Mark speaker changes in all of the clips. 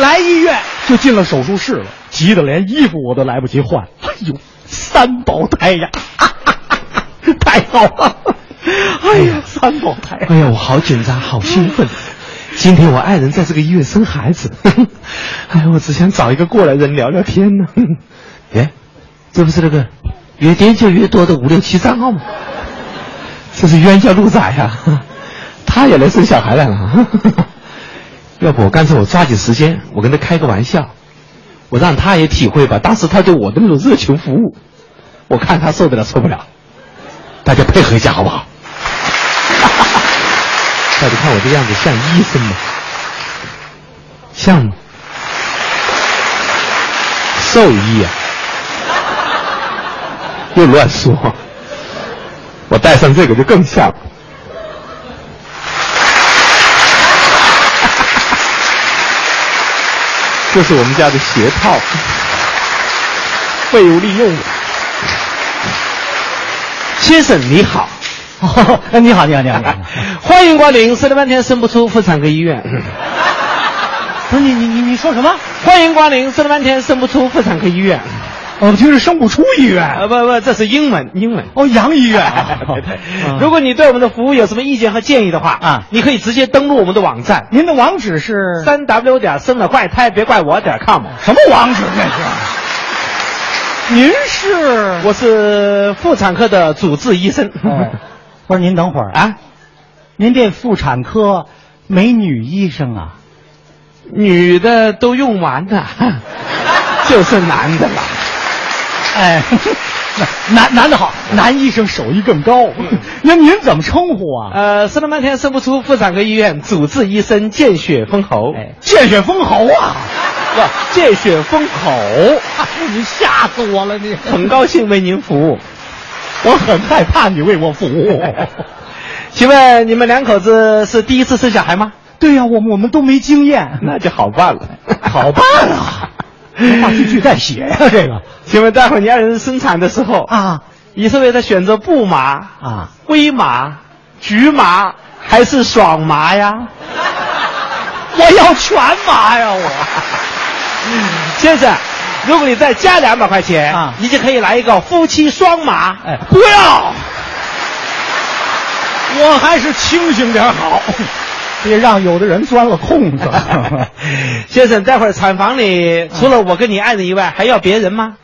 Speaker 1: 来医院，
Speaker 2: 就进了手术室了，急得连衣服我都来不及换。哎呦，三胞胎呀！太好了！哎呀，三胞胎！
Speaker 1: 哎呀，我好紧张，好兴奋。今天我爱人在这个医院生孩子，哎呀，我只想找一个过来人聊聊天呢。哎，这不是那个越颠就越多的五六七账号吗？这是冤家路窄呀、他也来生小孩来了。啊要不我干脆我抓紧时间，我跟他开个玩笑，我让他也体会吧当时他对我的那种热情服务，我看他受得了受不了。大家配合一下好不好？大家看我这样子像医生吗？像吗？兽医呀、又乱说。我戴上这个就更像了。 这是我们家的鞋套，废物利用了。先生你 好，哎
Speaker 2: 哦，你好，你好，你好，你 好！
Speaker 1: 欢迎光临，说了半天生不出妇产科医 院。
Speaker 2: 不是你你你你说什么？
Speaker 1: 欢迎光临，说了半天生不出妇产科医院。
Speaker 2: 我们就是生不出医
Speaker 1: 啊
Speaker 2: 院，
Speaker 1: 不不，这是英文英文。。
Speaker 2: 哦，洋医 院
Speaker 1: 对 对
Speaker 2: 嗯
Speaker 1: 如果你对我们的服务有什么意见和建议的话，
Speaker 2: 啊
Speaker 1: 你可以直接登录我们的网站，
Speaker 2: 您的网址是
Speaker 1: 三 w 点生了怪胎别怪我点 com。
Speaker 2: 什么网址这是？您是
Speaker 1: 我是妇产科的主治医生。
Speaker 2: 哎，不是您等会儿，
Speaker 1: 啊，
Speaker 2: 您这妇产科没女医生啊？
Speaker 1: 女的 都用完了，就剩男的了。
Speaker 2: 哎， 男男的好，男医生手艺更高。那您怎么称呼啊？
Speaker 1: 呃，说了半天生不出妇产科医院主治医生见血封喉，
Speaker 2: 哎，见血封喉啊！
Speaker 1: 不，见血封口。
Speaker 2: 哎，你吓死我了！你
Speaker 1: 很高兴为您服务，
Speaker 2: 我很害怕你为我服务。
Speaker 1: 请问你们两口子是第一次生小孩吗？
Speaker 2: 对呀、我们我们都没经验，
Speaker 1: 那就好办了，
Speaker 2: 好办 啊！话剧剧再写呀、这个
Speaker 1: 请问待会儿你爱人生产的时候，
Speaker 2: 啊
Speaker 1: 你是为他选择布麻、
Speaker 2: 啊，
Speaker 1: 灰麻、局麻还是爽麻 呀？
Speaker 2: 我要全麻 呀我！
Speaker 1: 先生，如果你再加两百块钱，
Speaker 2: 啊
Speaker 1: 你就可以来一个夫妻双麻。
Speaker 2: 哎，不 要，我还是清醒点 好，别让有的人钻了空 子。
Speaker 1: 先生，待会儿产房里除了我跟你爱人以外，还要别人吗？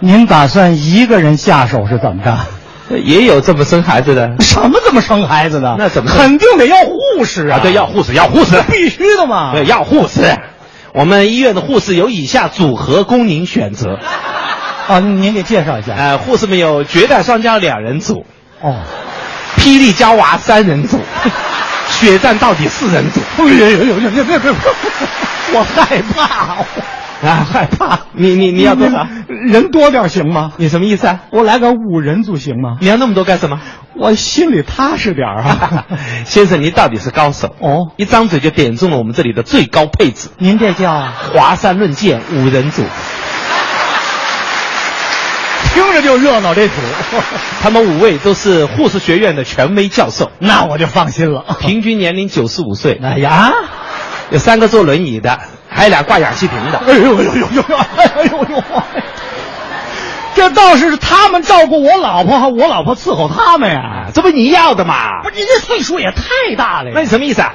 Speaker 2: 您打算一个人下手是怎么着？
Speaker 1: 也有这么生孩子的。
Speaker 2: 什么怎么生孩子的？
Speaker 1: 那怎么
Speaker 2: 肯定得要护士啊！
Speaker 1: 啊，对，要护士，要护 士，
Speaker 2: 必须的嘛。
Speaker 1: 哎对，要护士。我们医院的护士有以下组合供您选 择，
Speaker 2: 啊，您给介绍一下。
Speaker 1: 呃，护士们有绝代双骄两人组，
Speaker 2: 哦，
Speaker 1: 霹雳娇娃三人组， 血战到底四人组。
Speaker 2: 哎呦呦呦呦！别别别！ 我害怕，
Speaker 1: 啊，害怕！你你你要多少？
Speaker 2: 人多点行吗？
Speaker 1: 你什么意思啊？
Speaker 2: 我来个五人组行吗？
Speaker 1: 你要那么多干 什么？
Speaker 2: 我心里踏实点啊。
Speaker 1: 先生，您到底是高手，
Speaker 2: 哦，
Speaker 1: 一张嘴就点中了我们这里的最高配置
Speaker 2: 您这叫
Speaker 1: ——华山论剑五人组。
Speaker 2: 听着就热闹这组，
Speaker 1: 他们五位都是护士学院的权威教授，
Speaker 2: 那我就放心了。
Speaker 1: 平均年龄九十五岁。
Speaker 2: 哎呀，
Speaker 1: 有三个坐轮椅的，还有俩挂氧气瓶的。
Speaker 2: 哎呦呦呦呦呦，哎呦呦！这倒是他们照顾我老婆，我老婆伺候他们呀
Speaker 1: 啊。这不你要的嘛
Speaker 2: 不？是，您这岁数也太大了
Speaker 1: 那你什么意思啊？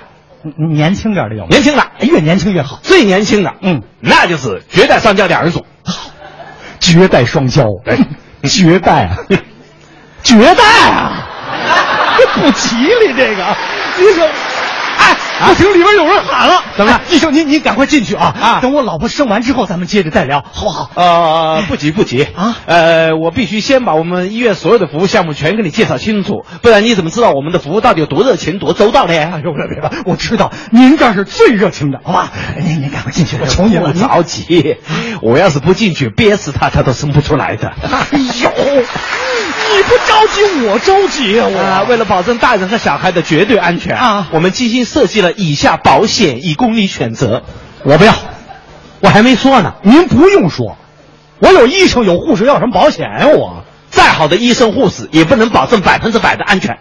Speaker 2: 年轻点的有吗？
Speaker 1: 年轻的，
Speaker 2: 越年轻越好。
Speaker 1: 最年轻的，
Speaker 2: 嗯，
Speaker 1: 那就是绝代上交两人组。
Speaker 2: 绝代双骄， 绝代 啊，绝代啊，这不吉利，这个，医生，哎，不行，里边有人喊了，
Speaker 1: 怎么了
Speaker 2: 哎医生，您您赶快进去啊，
Speaker 1: 啊
Speaker 2: 等我老婆生完之后，咱们接着再聊，好不好？
Speaker 1: 呃，不急不急
Speaker 2: 啊
Speaker 1: 呃，我必须先把我们医院所有的服务项目全给你介绍清楚，不然你怎么知道我们的服务到底有多热情、多周到呢？
Speaker 2: 哎呦，别别别，我知道您这儿是最热情的，好吧？您您赶快进去，我求您了，
Speaker 1: 不
Speaker 2: 您
Speaker 1: 着急，我要是不进去憋死他，他都生不出来的。
Speaker 2: 哎呦，你不着急，我着急呀、
Speaker 1: 啊，为了保证大人和小孩的绝对安全
Speaker 2: 啊
Speaker 1: 我们精心设计了以下保险，以供你选择。
Speaker 2: 我我不要，
Speaker 1: 我还没说呢，
Speaker 2: 您不用说，我有医生有护士，要什么保险呀、我
Speaker 1: 再好的医生护士也不能保证百分之百的安全。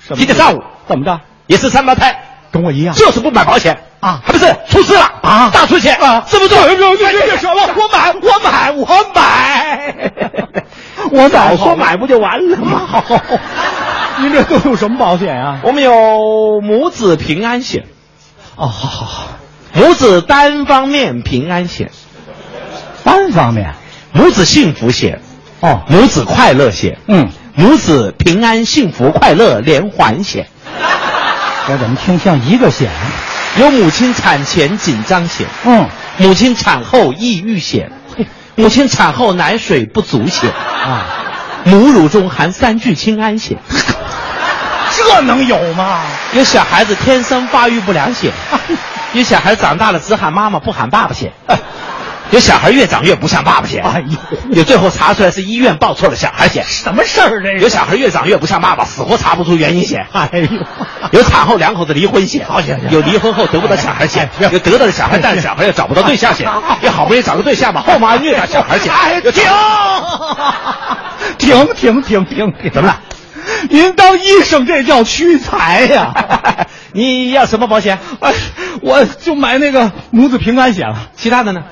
Speaker 2: 什
Speaker 1: 今天上午
Speaker 2: 怎么着？
Speaker 1: 也是三胞胎，
Speaker 2: 跟我一样，
Speaker 1: 就是不买保险，
Speaker 2: 啊
Speaker 1: 还不是出事了
Speaker 2: 啊
Speaker 1: 大出血
Speaker 2: 啊
Speaker 1: 这么做，
Speaker 2: 哎呦这这
Speaker 1: 什么？我买，我买，我买，
Speaker 2: 我买
Speaker 1: 早说买不就完了 吗？
Speaker 2: 好， 您这都有什么保险啊？
Speaker 1: 我们有母子平安险，
Speaker 2: 哦，好好好，
Speaker 1: 母子单方面平安险，
Speaker 2: 单方面。
Speaker 1: 母子幸福险，
Speaker 2: 哦，
Speaker 1: 母子快乐险，
Speaker 2: 嗯，
Speaker 1: 母子平安幸福快乐连环险，
Speaker 2: 我怎么听像一个险？
Speaker 1: 有母亲产前紧张险，
Speaker 2: 嗯，
Speaker 1: 母亲产后抑郁险，母亲产后奶水不足险，
Speaker 2: 啊，
Speaker 1: 母乳中含三聚氰胺险，
Speaker 2: 这能有吗？
Speaker 1: 有小孩子天生发育不良险， 有小孩长大了只喊妈妈不喊爸爸险， 有小孩越长越不像爸爸险，
Speaker 2: 哎呦
Speaker 1: 有最后查出来是医院报错了小孩险，
Speaker 2: 什么事儿这
Speaker 1: 有？小孩越长越不像爸爸，死活查不出原因险。
Speaker 2: 哎呦，
Speaker 1: 有产后两口子离婚险
Speaker 2: 好险险，
Speaker 1: 有离婚后得不到小孩险，
Speaker 2: 哎
Speaker 1: 有得到了小孩但是小孩又找不到对象险
Speaker 2: 哎，
Speaker 1: 有好不容易找个对象吧，后妈虐待小孩险。
Speaker 2: 哎，
Speaker 1: 有
Speaker 2: 停！停停停停停！
Speaker 1: 怎么了？
Speaker 2: 您当医生这叫屈才呀、
Speaker 1: 你要什么保险？
Speaker 2: 哎，我就买那个母子平安险了，
Speaker 1: 其他的呢？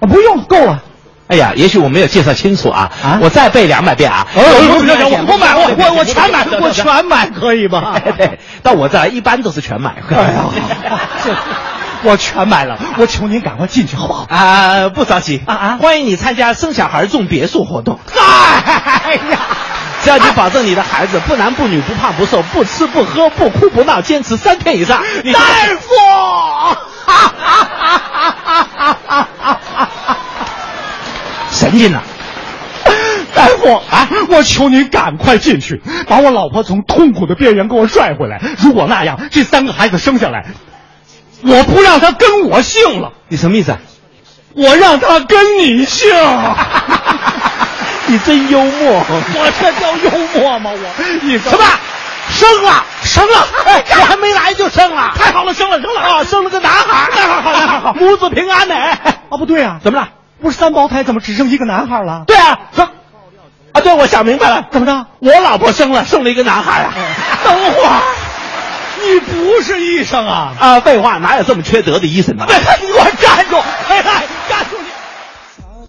Speaker 2: 啊不用，够了。
Speaker 1: 哎呀，也许我没有介绍清楚啊，
Speaker 2: 啊哦
Speaker 1: 我再背两百遍啊。
Speaker 2: 我
Speaker 1: 有有有
Speaker 2: 我买，我我我全买， 我。
Speaker 1: 有有有有有有有有
Speaker 2: 全买，可以吧？
Speaker 1: 哎 对，到我这儿一般都是全买。
Speaker 2: 哎 呀，这我全买了，我求您赶快进去好不好？
Speaker 1: 啊，不着急
Speaker 2: 啊啊
Speaker 1: 欢迎你参加生小孩种别墅活动。
Speaker 2: 哎呀，
Speaker 1: 只要你保证你的孩子不男不女不胖不瘦不吃不喝不哭不闹，坚持三天以上，你
Speaker 2: 大夫，
Speaker 1: 神经了。
Speaker 2: 大夫啊，我求您赶快进去，把我老婆从痛苦的边缘给我拽回来。如果那样，这三个孩子生下来，我不让他跟我姓了，
Speaker 1: 你什么意思啊？
Speaker 2: 我让他跟你姓。
Speaker 1: 你真幽默。
Speaker 2: 我这叫幽默吗？我你
Speaker 1: 什么？生了，生了！哎，我还没来就生了，
Speaker 2: 太好了，生了生了
Speaker 1: 啊，生了个男孩，
Speaker 2: 那好好那好好
Speaker 1: 母子平安呢。哎
Speaker 2: 啊，不对啊，
Speaker 1: 怎么了？
Speaker 2: 不是三胞胎，怎么只生一个男孩了？
Speaker 1: 对啊，生啊，对，我想明白了，
Speaker 2: 怎么着？哎
Speaker 1: 我老婆生了，生了一个男孩啊。
Speaker 2: 等会 儿，你不是医生啊？
Speaker 1: 啊，废话，哪有这么缺德的医生呢？
Speaker 2: 哎你给我站住！哎哎，